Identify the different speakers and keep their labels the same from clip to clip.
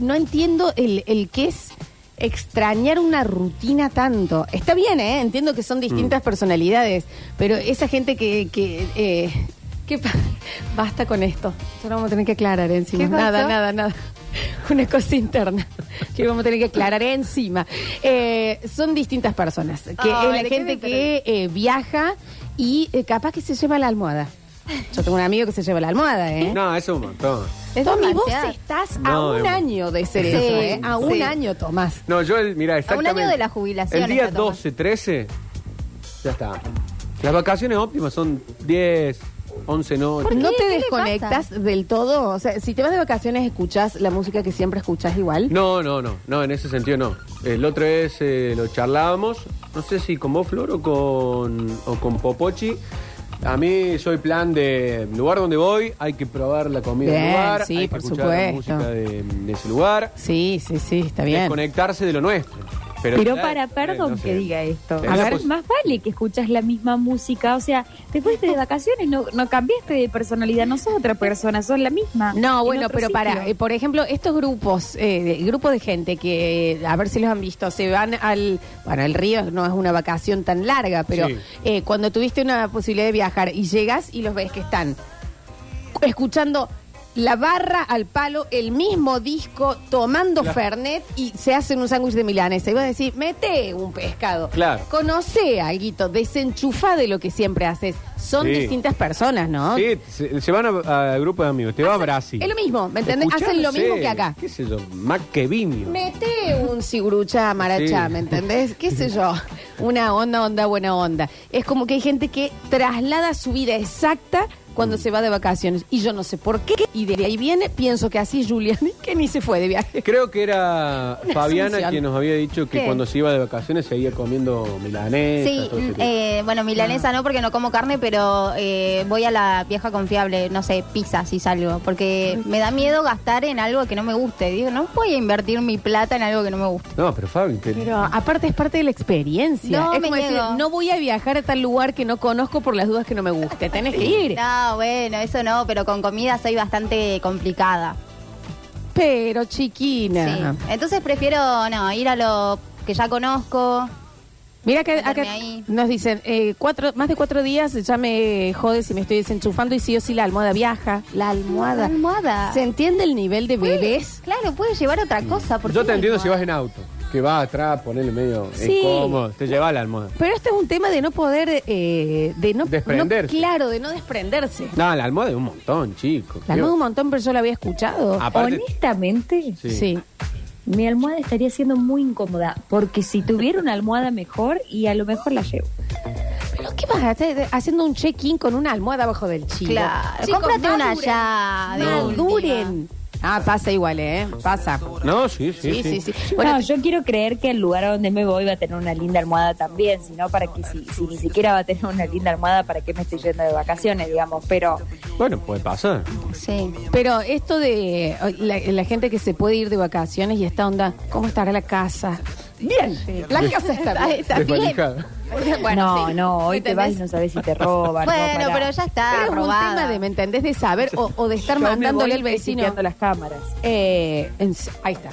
Speaker 1: No entiendo el, el qué es extrañar una rutina tanto. Está bien, ¿eh? Entiendo que son distintas personalidades, pero esa gente que... que eh, que pa- Basta con esto. Eso lo vamos a tener que aclarar encima.
Speaker 2: ¿Qué pasó?
Speaker 1: Nada, nada, nada. Una cosa interna que vamos a tener que aclarar encima. Eh, son distintas personas. Que
Speaker 2: Ay,
Speaker 1: es la
Speaker 2: ¿de qué
Speaker 1: gente
Speaker 2: me
Speaker 1: que eh, viaja y eh, capaz que se lleva la almohada. Yo tengo un amigo que se lleva la almohada, ¿eh?
Speaker 3: No, eso es un montón.
Speaker 2: Es
Speaker 1: Tommy, vos
Speaker 2: demasiado.
Speaker 1: estás
Speaker 3: No,
Speaker 1: a un
Speaker 3: hemos-
Speaker 1: año de ser
Speaker 2: Sí,
Speaker 1: eso, ¿eh? A un
Speaker 2: sí.
Speaker 1: año, Tomás.
Speaker 3: No, yo, el- mira,
Speaker 2: un
Speaker 3: exactamente.
Speaker 2: año de la jubilación
Speaker 3: El día
Speaker 2: está tomando.
Speaker 3: 12, 13, ya está. Las vacaciones óptimas son 10, 11 noches.
Speaker 1: ¿No
Speaker 2: qué?
Speaker 1: te
Speaker 2: ¿Qué le
Speaker 1: desconectas del todo? O sea, si te vas de vacaciones, ¿escuchas la música que siempre escuchas igual?
Speaker 3: No, no, no, no, en ese sentido no. El otro es, eh, lo charlábamos, no sé si con vos, Flor, o con, o con Popochi. A mí soy plan de lugar donde voy, hay que probar la comida
Speaker 1: Bien,
Speaker 3: del lugar,
Speaker 1: sí,
Speaker 3: hay que
Speaker 1: por
Speaker 3: escuchar la
Speaker 1: supuesto.
Speaker 3: música de, de ese lugar,
Speaker 1: Sí, sí, sí, está bien.
Speaker 3: desconectarse de lo nuestro. Pero,
Speaker 4: Pero
Speaker 3: ya,
Speaker 4: para,
Speaker 3: eh,
Speaker 4: perdón
Speaker 3: no sé. pues-
Speaker 4: que diga esto.
Speaker 3: Sí,
Speaker 4: A
Speaker 3: la
Speaker 4: ver,
Speaker 3: pos-
Speaker 4: más vale que escuchas la misma música. O sea, te fuiste de vacaciones, no, no cambiaste de personalidad, no sos otra persona, sos la misma.
Speaker 1: No,
Speaker 4: En
Speaker 1: bueno,
Speaker 4: otro
Speaker 1: pero para,
Speaker 4: sitio.
Speaker 1: eh, por ejemplo, estos grupos, eh, de- grupos de gente que, eh, a ver si los han visto, se van al, bueno, el río no es una vacación tan larga, pero
Speaker 3: Sí.
Speaker 1: eh, cuando tuviste una posibilidad de viajar y llegas y los ves que están escuchando la barra al palo, el mismo disco, tomando Fernet y se hacen un sándwich de milanesa. Y vas a decir, mete un pescado.
Speaker 3: Claro.
Speaker 1: Conoce alguito, desenchufa de lo que siempre haces. Son
Speaker 3: Sí.
Speaker 1: distintas personas, ¿no?
Speaker 3: Sí, se, se van a, a grupos de amigos. Te va a Brasil.
Speaker 1: Es lo Ah. mismo, ¿me entendés? Hacen lo mismo que acá.
Speaker 3: ¿Qué sé yo? Más que vimio.
Speaker 1: Mete un sigurucha maracha,
Speaker 3: Sí.
Speaker 1: ¿me entendés? ¿Qué sé yo? Una onda, onda, buena onda. Es como que hay gente que traslada su vida exacta cuando se va de vacaciones. Y yo no sé por qué. Y de ahí viene, pienso que así Juliani, que ni se fue de viaje.
Speaker 3: Creo que era
Speaker 1: Una
Speaker 3: Fabiana
Speaker 1: asunción.
Speaker 3: quien nos había dicho que
Speaker 2: ¿Qué?
Speaker 3: cuando se iba de vacaciones seguía comiendo milanesas.
Speaker 2: Sí,
Speaker 3: todo ese
Speaker 2: mm,
Speaker 3: tipo.
Speaker 2: eh, bueno, milanesa no porque no como carne, pero eh, voy a la vieja confiable, no sé, pizza si salgo, porque me da miedo gastar en algo que no me guste. Digo, no voy a invertir mi plata en algo que no me guste.
Speaker 3: No, pero Fabi, te-
Speaker 1: Pero aparte es parte de la experiencia.
Speaker 2: No,
Speaker 1: es
Speaker 2: me
Speaker 1: como decir,
Speaker 2: niego.
Speaker 1: no voy a viajar a tal lugar que no conozco por las dudas que no me guste. Tenés que ir.
Speaker 2: No, bueno, eso no, pero con comida soy bastante complicada.
Speaker 1: Pero chiquina.
Speaker 2: Sí. Entonces prefiero, no, ir a lo que ya conozco.
Speaker 1: Mira que acá
Speaker 2: Meterme ahí.
Speaker 1: nos dicen, eh, cuatro, más de cuatro días ya me jode si me estoy desenchufando y sí o sí la almohada viaja. La almohada.
Speaker 2: La almohada.
Speaker 1: ¿Se entiende el nivel de
Speaker 2: Puede-
Speaker 1: bebés?
Speaker 2: Claro, puedes llevar otra cosa. ¿por
Speaker 3: yo
Speaker 2: qué
Speaker 3: te
Speaker 2: no
Speaker 3: entiendo
Speaker 2: almohada?
Speaker 3: si vas en auto. Que vas atrás, ponerle medio
Speaker 1: Sí.
Speaker 3: incómodo. Te lleva la almohada.
Speaker 1: Pero este es un tema de no poder, eh, de no...
Speaker 3: Desprenderse.
Speaker 1: no- claro, de no desprenderse.
Speaker 3: No, la almohada es un montón, chico.
Speaker 1: La almohada un montón, pero yo la había escuchado.
Speaker 3: Ah, aparte-
Speaker 4: Honestamente,
Speaker 3: Sí.
Speaker 1: Sí.
Speaker 4: mi almohada estaría siendo muy incómoda. Porque si tuviera una almohada mejor, y a lo mejor la llevo.
Speaker 1: ¿Pero qué vas a estar haciendo un check-in con una almohada abajo del chivo?
Speaker 2: Claro,
Speaker 1: Chicos,
Speaker 2: cómprate una
Speaker 1: maduren.
Speaker 2: ya. de última.
Speaker 1: Maduren. Ah, pasa igual, ¿eh? Pasa.
Speaker 3: No, sí,
Speaker 1: Sí,
Speaker 3: sí.
Speaker 1: sí, sí.
Speaker 4: Bueno,
Speaker 1: Bueno,
Speaker 4: yo quiero creer que el lugar a donde me voy va a tener una linda almohada también, sino para que si, si ni siquiera va a tener una linda almohada, ¿para qué me estoy yendo de vacaciones, digamos? Pero
Speaker 3: Bueno, puede pasar.
Speaker 2: Sí.
Speaker 1: Pero esto de eh, la, la gente que se puede ir de vacaciones y esta onda, ¿cómo estará la casa? Bien, la casa está bien.
Speaker 2: Está bien.
Speaker 3: Desvalijada.
Speaker 4: no, no, hoy te vas y
Speaker 1: ¿Entendés?
Speaker 4: no sabes si te roban. no,
Speaker 2: Bueno,
Speaker 4: pará.
Speaker 2: pero ya está.
Speaker 1: Pero es un
Speaker 2: robada.
Speaker 1: tema de, ¿me entendés? De saber o, o de estar
Speaker 4: Yo me
Speaker 1: mandándole
Speaker 4: voy
Speaker 1: al vecino.
Speaker 4: chequeando las cámaras.
Speaker 1: Eh, en- ahí está.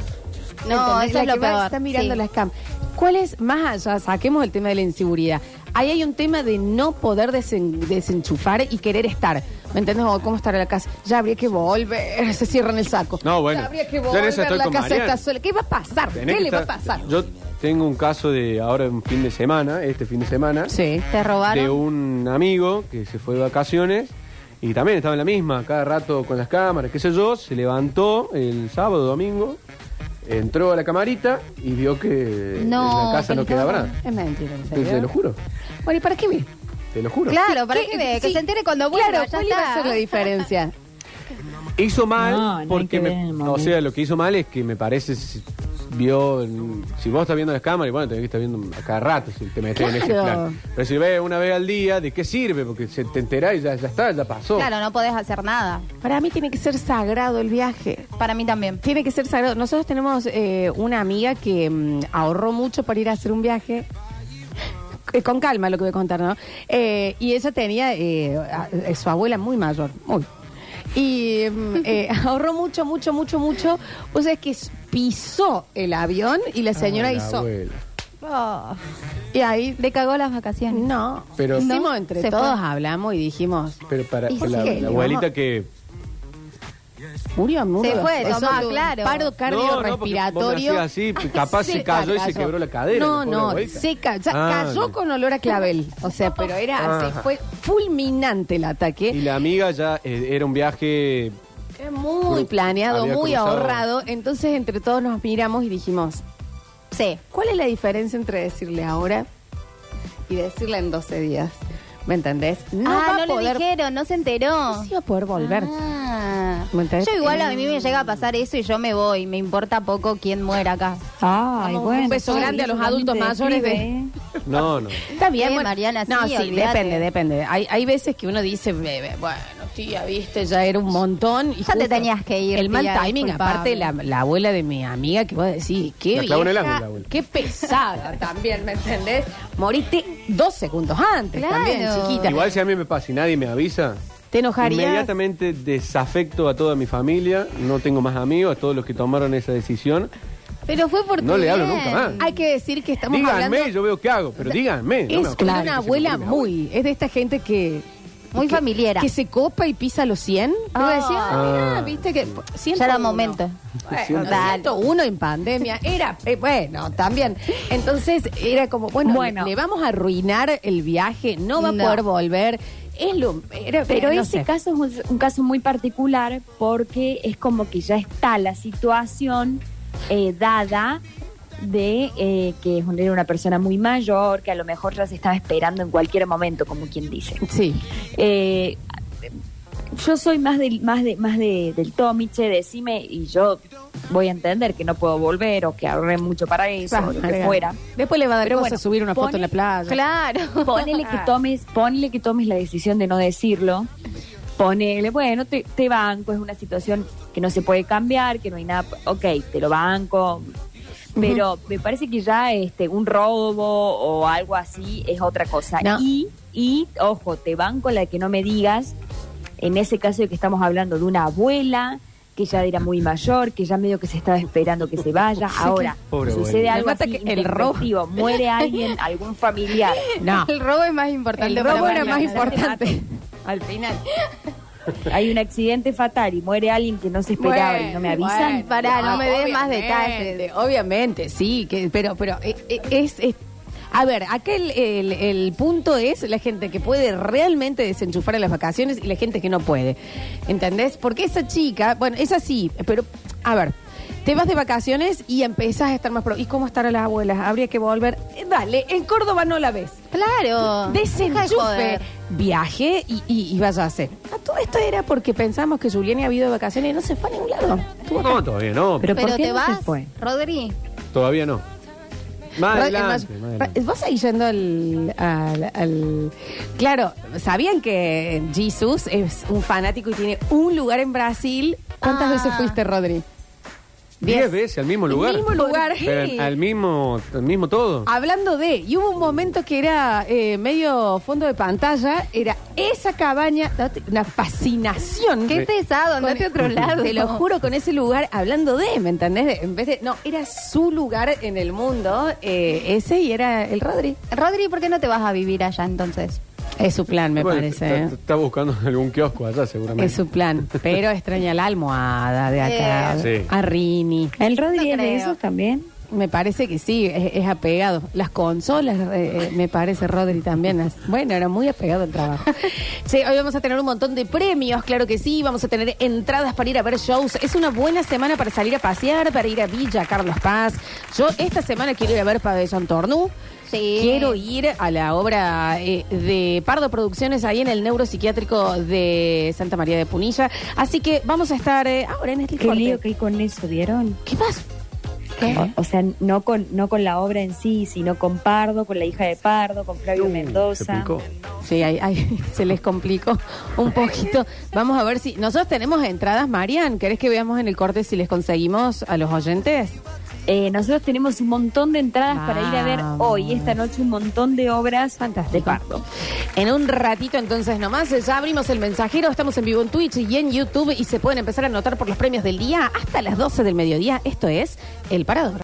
Speaker 2: No,
Speaker 1: ¿Entendés?
Speaker 2: eso es
Speaker 1: La
Speaker 2: lo
Speaker 1: que va,
Speaker 2: peor.
Speaker 1: Está mirando
Speaker 2: Sí.
Speaker 1: las cam. ¿Cuál es más allá? Saquemos el tema de la inseguridad. Ahí hay un tema de no poder desen- desenchufar y querer estar. ¿Me entendés? O cómo estará la casa. Ya habría que volver. Se cierran el saco.
Speaker 3: No, bueno.
Speaker 1: Ya habría que
Speaker 3: Yo en
Speaker 1: volver.
Speaker 3: esa estoy
Speaker 1: la
Speaker 3: con
Speaker 1: casa
Speaker 3: Mariana.
Speaker 1: está sola. ¿Qué va a pasar? ¿Qué
Speaker 3: Tenés
Speaker 1: le
Speaker 3: que
Speaker 1: va a
Speaker 3: estar-
Speaker 1: pasar?
Speaker 3: Yo tengo un caso de ahora un fin de semana, este fin de semana.
Speaker 1: Sí.
Speaker 2: ¿Te
Speaker 3: de
Speaker 2: robaron?
Speaker 3: un amigo que se fue de vacaciones y también estaba en la misma, cada rato con las cámaras, qué sé yo, se levantó el sábado, domingo, entró a la camarita y vio que
Speaker 2: No,
Speaker 3: en la casa
Speaker 2: que
Speaker 3: no
Speaker 2: no.
Speaker 3: quedaba nada.
Speaker 1: Es mentira, en
Speaker 3: Te,
Speaker 1: serio.
Speaker 3: te lo juro,
Speaker 1: Bueno, ¿y para qué vi?
Speaker 3: te lo juro.
Speaker 2: Claro, para que, ve, que
Speaker 1: sí.
Speaker 2: se entere cuando vuelva.
Speaker 1: Claro,
Speaker 2: ya
Speaker 1: ¿cuál
Speaker 2: está.
Speaker 1: iba a ser la diferencia?
Speaker 3: Hizo mal
Speaker 4: No, no hay
Speaker 3: porque
Speaker 4: que
Speaker 3: me-
Speaker 4: ver el
Speaker 3: o
Speaker 4: momento.
Speaker 3: sea, lo que hizo mal es que me parece si- vio en- si vos estás viendo las cámaras, y bueno, tenés que estar viendo a cada rato si te metes en ese
Speaker 1: Claro.
Speaker 3: plan. Pero si ves una vez al día, ¿de qué sirve? Porque se te enterás y ya, ya está, ya pasó.
Speaker 2: Claro, no podés hacer nada.
Speaker 1: Para mí tiene que ser sagrado el viaje.
Speaker 2: Para mí también.
Speaker 1: Tiene que ser sagrado. Nosotros tenemos eh, una amiga que mm, ahorró mucho para ir a hacer un viaje. Eh, Con calma eh, lo que voy a contar, ¿no? Eh, y ella tenía eh, a- a su abuela muy mayor, muy. Y mm, eh, ahorró mucho, mucho, mucho, mucho. O sea, es que s- pisó el avión y la señora
Speaker 3: Ah, la
Speaker 1: hizo.
Speaker 3: abuela.
Speaker 2: Oh.
Speaker 1: Y ahí,
Speaker 2: Le cagó las vacaciones.
Speaker 1: no.
Speaker 3: Pero-
Speaker 1: Hicimos
Speaker 2: No,
Speaker 1: entre
Speaker 2: se fue.
Speaker 1: todos, hablamos y dijimos,
Speaker 3: Pero para
Speaker 1: Y
Speaker 3: la,
Speaker 1: sí,
Speaker 3: la
Speaker 1: digamos.
Speaker 3: abuelita que.
Speaker 1: murió, murió.
Speaker 2: Se fue,
Speaker 1: Empezó
Speaker 2: tomá,
Speaker 1: con
Speaker 2: claro.
Speaker 1: Paro
Speaker 3: No, no, porque
Speaker 1: cardiorrespiratorio.
Speaker 3: vos me hacías así, capaz se cayó y se quebró la cadera,
Speaker 1: No,
Speaker 3: la pobre
Speaker 1: no,
Speaker 3: abuelita.
Speaker 1: se ca- ya
Speaker 3: Ah,
Speaker 1: cayó
Speaker 3: no. Ah.
Speaker 1: con olor a clavel. O sea, pero era así.
Speaker 3: Ajá.
Speaker 1: Fue fulminante el ataque.
Speaker 3: Y la amiga ya eh, era un viaje.
Speaker 1: Era muy
Speaker 3: Cru-
Speaker 1: planeado,
Speaker 3: había
Speaker 1: muy
Speaker 3: cruzado.
Speaker 1: ahorrado. Entonces, entre todos nos miramos y dijimos,
Speaker 2: Sí.
Speaker 1: ¿cuál es la diferencia entre decirle ahora y decirle en 12 días? ¿Me entendés? No
Speaker 2: ah,
Speaker 1: va
Speaker 2: no
Speaker 1: a poder,
Speaker 2: le dijeron, no se enteró.
Speaker 1: no se va a poder volver.
Speaker 2: Ah.
Speaker 1: ¿Me entendés?
Speaker 2: Yo igual a mí me llega a pasar eso y yo me voy. Me importa poco quién muera acá.
Speaker 4: Ay,
Speaker 1: Vamos,
Speaker 4: bueno.
Speaker 1: un beso
Speaker 4: sí,
Speaker 1: grande a los
Speaker 4: eso también
Speaker 1: adultos
Speaker 4: te
Speaker 1: mayores de-
Speaker 4: describe, ¿eh?
Speaker 3: No, no.
Speaker 1: Está bien,
Speaker 2: Sí,
Speaker 1: bueno.
Speaker 2: Eh, Mariana, sí,
Speaker 1: No, sí,
Speaker 2: olvídate.
Speaker 1: depende, depende. Hay, hay veces que uno dice, "Bebe, bueno, tía, viste, ya era un montón. Y
Speaker 2: Ya te tenías que ir,
Speaker 1: El mal
Speaker 2: tía,
Speaker 1: timing,
Speaker 2: disculpame.
Speaker 1: aparte, la, la abuela de mi amiga, que vos decís, qué
Speaker 3: La clavó en el
Speaker 1: vieja,
Speaker 3: ángulo, la abuela.
Speaker 1: qué pesada también, ¿me entendés? Moriste dos segundos antes
Speaker 2: Claro.
Speaker 1: también, chiquita.
Speaker 3: Igual si a mí me pasa y nadie me avisa.
Speaker 1: ¿Te enojarías?
Speaker 3: Inmediatamente desafecto a toda mi familia, no tengo más amigos, a todos los que tomaron esa decisión.
Speaker 2: Pero fue por
Speaker 3: No
Speaker 2: tu
Speaker 3: le hablo
Speaker 2: bien.
Speaker 3: nunca más.
Speaker 1: Hay que decir que estamos
Speaker 3: díganme,
Speaker 1: hablando...
Speaker 3: yo veo qué hago, pero díganme. no me
Speaker 1: Es
Speaker 3: acuerdo que
Speaker 1: una
Speaker 3: se
Speaker 1: abuela
Speaker 3: murió mi abuela.
Speaker 1: muy... Es de esta gente que...
Speaker 2: Muy
Speaker 1: que-
Speaker 2: familiera.
Speaker 1: Que se copa y pisa los 100. Y vos decís, ah, mirá,
Speaker 3: Ah.
Speaker 1: viste que...
Speaker 2: Ya era
Speaker 1: 101.
Speaker 2: momento.
Speaker 1: Bueno, 101 en pandemia. Era, eh, bueno, también. Entonces era como, bueno,
Speaker 4: Bueno.
Speaker 1: le vamos a arruinar el viaje, no va
Speaker 2: No.
Speaker 1: a poder volver. Es lo, era-
Speaker 4: Pero
Speaker 1: no
Speaker 4: ese
Speaker 1: sé.
Speaker 4: caso es un, un caso muy particular porque es como que ya está la situación eh, dada de eh, que es un- era una persona muy mayor, que a lo mejor ya se estaba esperando en cualquier momento, como quien dice.
Speaker 1: Sí.
Speaker 4: Eh, yo soy más del, más de, más de, del Tomiche, decime, y yo voy a entender que no puedo volver o que ahorré mucho para eso, o lo que fuera.
Speaker 1: Después le va a dar
Speaker 4: Pero
Speaker 1: cosa
Speaker 4: bueno,
Speaker 1: subir una foto
Speaker 4: pone-
Speaker 1: en la playa.
Speaker 2: Claro.
Speaker 4: Ponele que tomes, ponele que tomes la decisión de no decirlo. Ponele, bueno, te, te banco, es una situación que no se puede cambiar, que no hay nada, ok, te lo banco. Pero me parece que ya este un robo o algo así es otra cosa.
Speaker 1: No.
Speaker 4: Y, y, ojo, te banco la de que no me digas, en ese caso de que estamos hablando de una abuela que ya era muy mayor, que ya medio que se estaba esperando que se vaya. Ahora,
Speaker 3: Pobre
Speaker 4: sucede
Speaker 3: abuela.
Speaker 4: algo
Speaker 1: Me mata
Speaker 4: así
Speaker 1: que el robo-
Speaker 4: intempestivo, muere alguien, algún familiar.
Speaker 1: No.
Speaker 2: Ah. El robo es más importante.
Speaker 1: El
Speaker 2: para
Speaker 1: robo era
Speaker 2: Mariana.
Speaker 1: más importante.
Speaker 4: Al final. Hay un accidente fatal y muere alguien que no se esperaba y no me avisan.
Speaker 1: bueno,
Speaker 2: Pará, no
Speaker 1: ah,
Speaker 2: me des más
Speaker 1: obviamente,
Speaker 2: detalles.
Speaker 1: Obviamente, sí, que, pero, pero eh, eh, es, es- a ver, acá el, el- el punto es la gente que puede realmente desenchufar en las vacaciones y la gente que no puede. ¿Entendés? Porque esa chica, bueno, es así, pero a ver, te vas de vacaciones y empezás a estar más pro. ¿Y cómo estará la abuela? Habría que volver. Eh, Dale, en Córdoba no la ves.
Speaker 2: Claro. Deja de
Speaker 1: Desenchufe,
Speaker 2: joder.
Speaker 1: viaje y, y, y vaya a hacer. A todo esto era porque pensamos que Julián había ido de vacaciones y no se fue a ningún lado. Estuvo acá.
Speaker 3: No, todavía no.
Speaker 4: Pero,
Speaker 2: Pero
Speaker 4: ¿por qué
Speaker 2: te
Speaker 4: no
Speaker 2: vas,
Speaker 4: se fue?
Speaker 2: Rodri.
Speaker 3: Todavía no. Más
Speaker 1: Ra-
Speaker 3: adelante.
Speaker 1: en
Speaker 3: más
Speaker 1: mayo-
Speaker 3: adelante.
Speaker 1: Ra- Vos ahí yendo al, al- al- Claro, ¿sabían que Jesus es un fanático y tiene un lugar en Brasil? ¿Cuántas
Speaker 2: Ah.
Speaker 1: veces fuiste, Rodri?
Speaker 3: Diez veces al mismo
Speaker 1: Al
Speaker 3: lugar.
Speaker 1: mismo lugar.
Speaker 3: Pero al mismo, al mismo todo.
Speaker 1: Ah, Hablando de, y hubo un momento que era eh, medio fondo de pantalla, era esa cabaña, date una fascinación.
Speaker 2: Qué
Speaker 3: Sí.
Speaker 2: pesado,
Speaker 1: Con-
Speaker 2: andate a otro lado.
Speaker 1: Te lo juro, con ese lugar, hablando de, ¿me entendés? De- en vez de, no, era su lugar en el mundo, eh, ese y era el Rodri.
Speaker 2: Rodri, ¿por qué no te vas a vivir allá entonces?
Speaker 1: Es su plan, me
Speaker 3: Bueno,
Speaker 1: parece.
Speaker 3: Está,
Speaker 1: ¿eh?
Speaker 3: está buscando algún kiosco allá, seguramente.
Speaker 1: Es su plan. Pero extraña la almohada de acá.
Speaker 3: Eh. Sí.
Speaker 1: A Rini.
Speaker 4: ¿El Rodri
Speaker 2: No
Speaker 4: es de
Speaker 2: creo.
Speaker 4: esos también?
Speaker 1: Me parece que sí, es, es apegado. Las consolas, eh, eh, me parece, Rodri también. es- Bueno, era muy apegado al trabajo. Sí, hoy vamos a tener un montón de premios, claro que sí. Vamos a tener entradas para ir a ver shows. Es una buena semana para salir a pasear, para ir a Villa Carlos Paz. Yo esta semana quiero ir a ver Pabellón Tornú.
Speaker 2: Sí.
Speaker 1: Quiero ir a la obra eh, de Pardo Producciones ahí en el neuropsiquiátrico de Santa María de Punilla. Así que vamos a estar eh, ahora en este
Speaker 4: Qué
Speaker 1: corte.
Speaker 4: lío que hay con eso, ¿vieron?
Speaker 1: ¿Qué pasa?
Speaker 4: O, o sea, no con, no con la obra en sí, sino con Pardo, con la hija de Pardo, con Flavio
Speaker 3: Uh, Se
Speaker 4: Mendoza.
Speaker 3: picó.
Speaker 1: Sí, ahí, ahí se les complicó un poquito. Vamos a ver si. Nosotros tenemos entradas, Marian. ¿Querés que veamos en el corte si les conseguimos a los oyentes?
Speaker 4: Eh, nosotros tenemos un montón de entradas para ir a ver
Speaker 1: Vamos.
Speaker 4: hoy,
Speaker 2: Ah.
Speaker 4: esta noche, un montón de obras
Speaker 1: Fantástico.
Speaker 4: de parto.
Speaker 1: En un ratito entonces nomás, eh, ya abrimos el mensajero, estamos en vivo en Twitch y en YouTube y se pueden empezar a anotar por los premios del día hasta las 12 del mediodía. Esto es El Parador.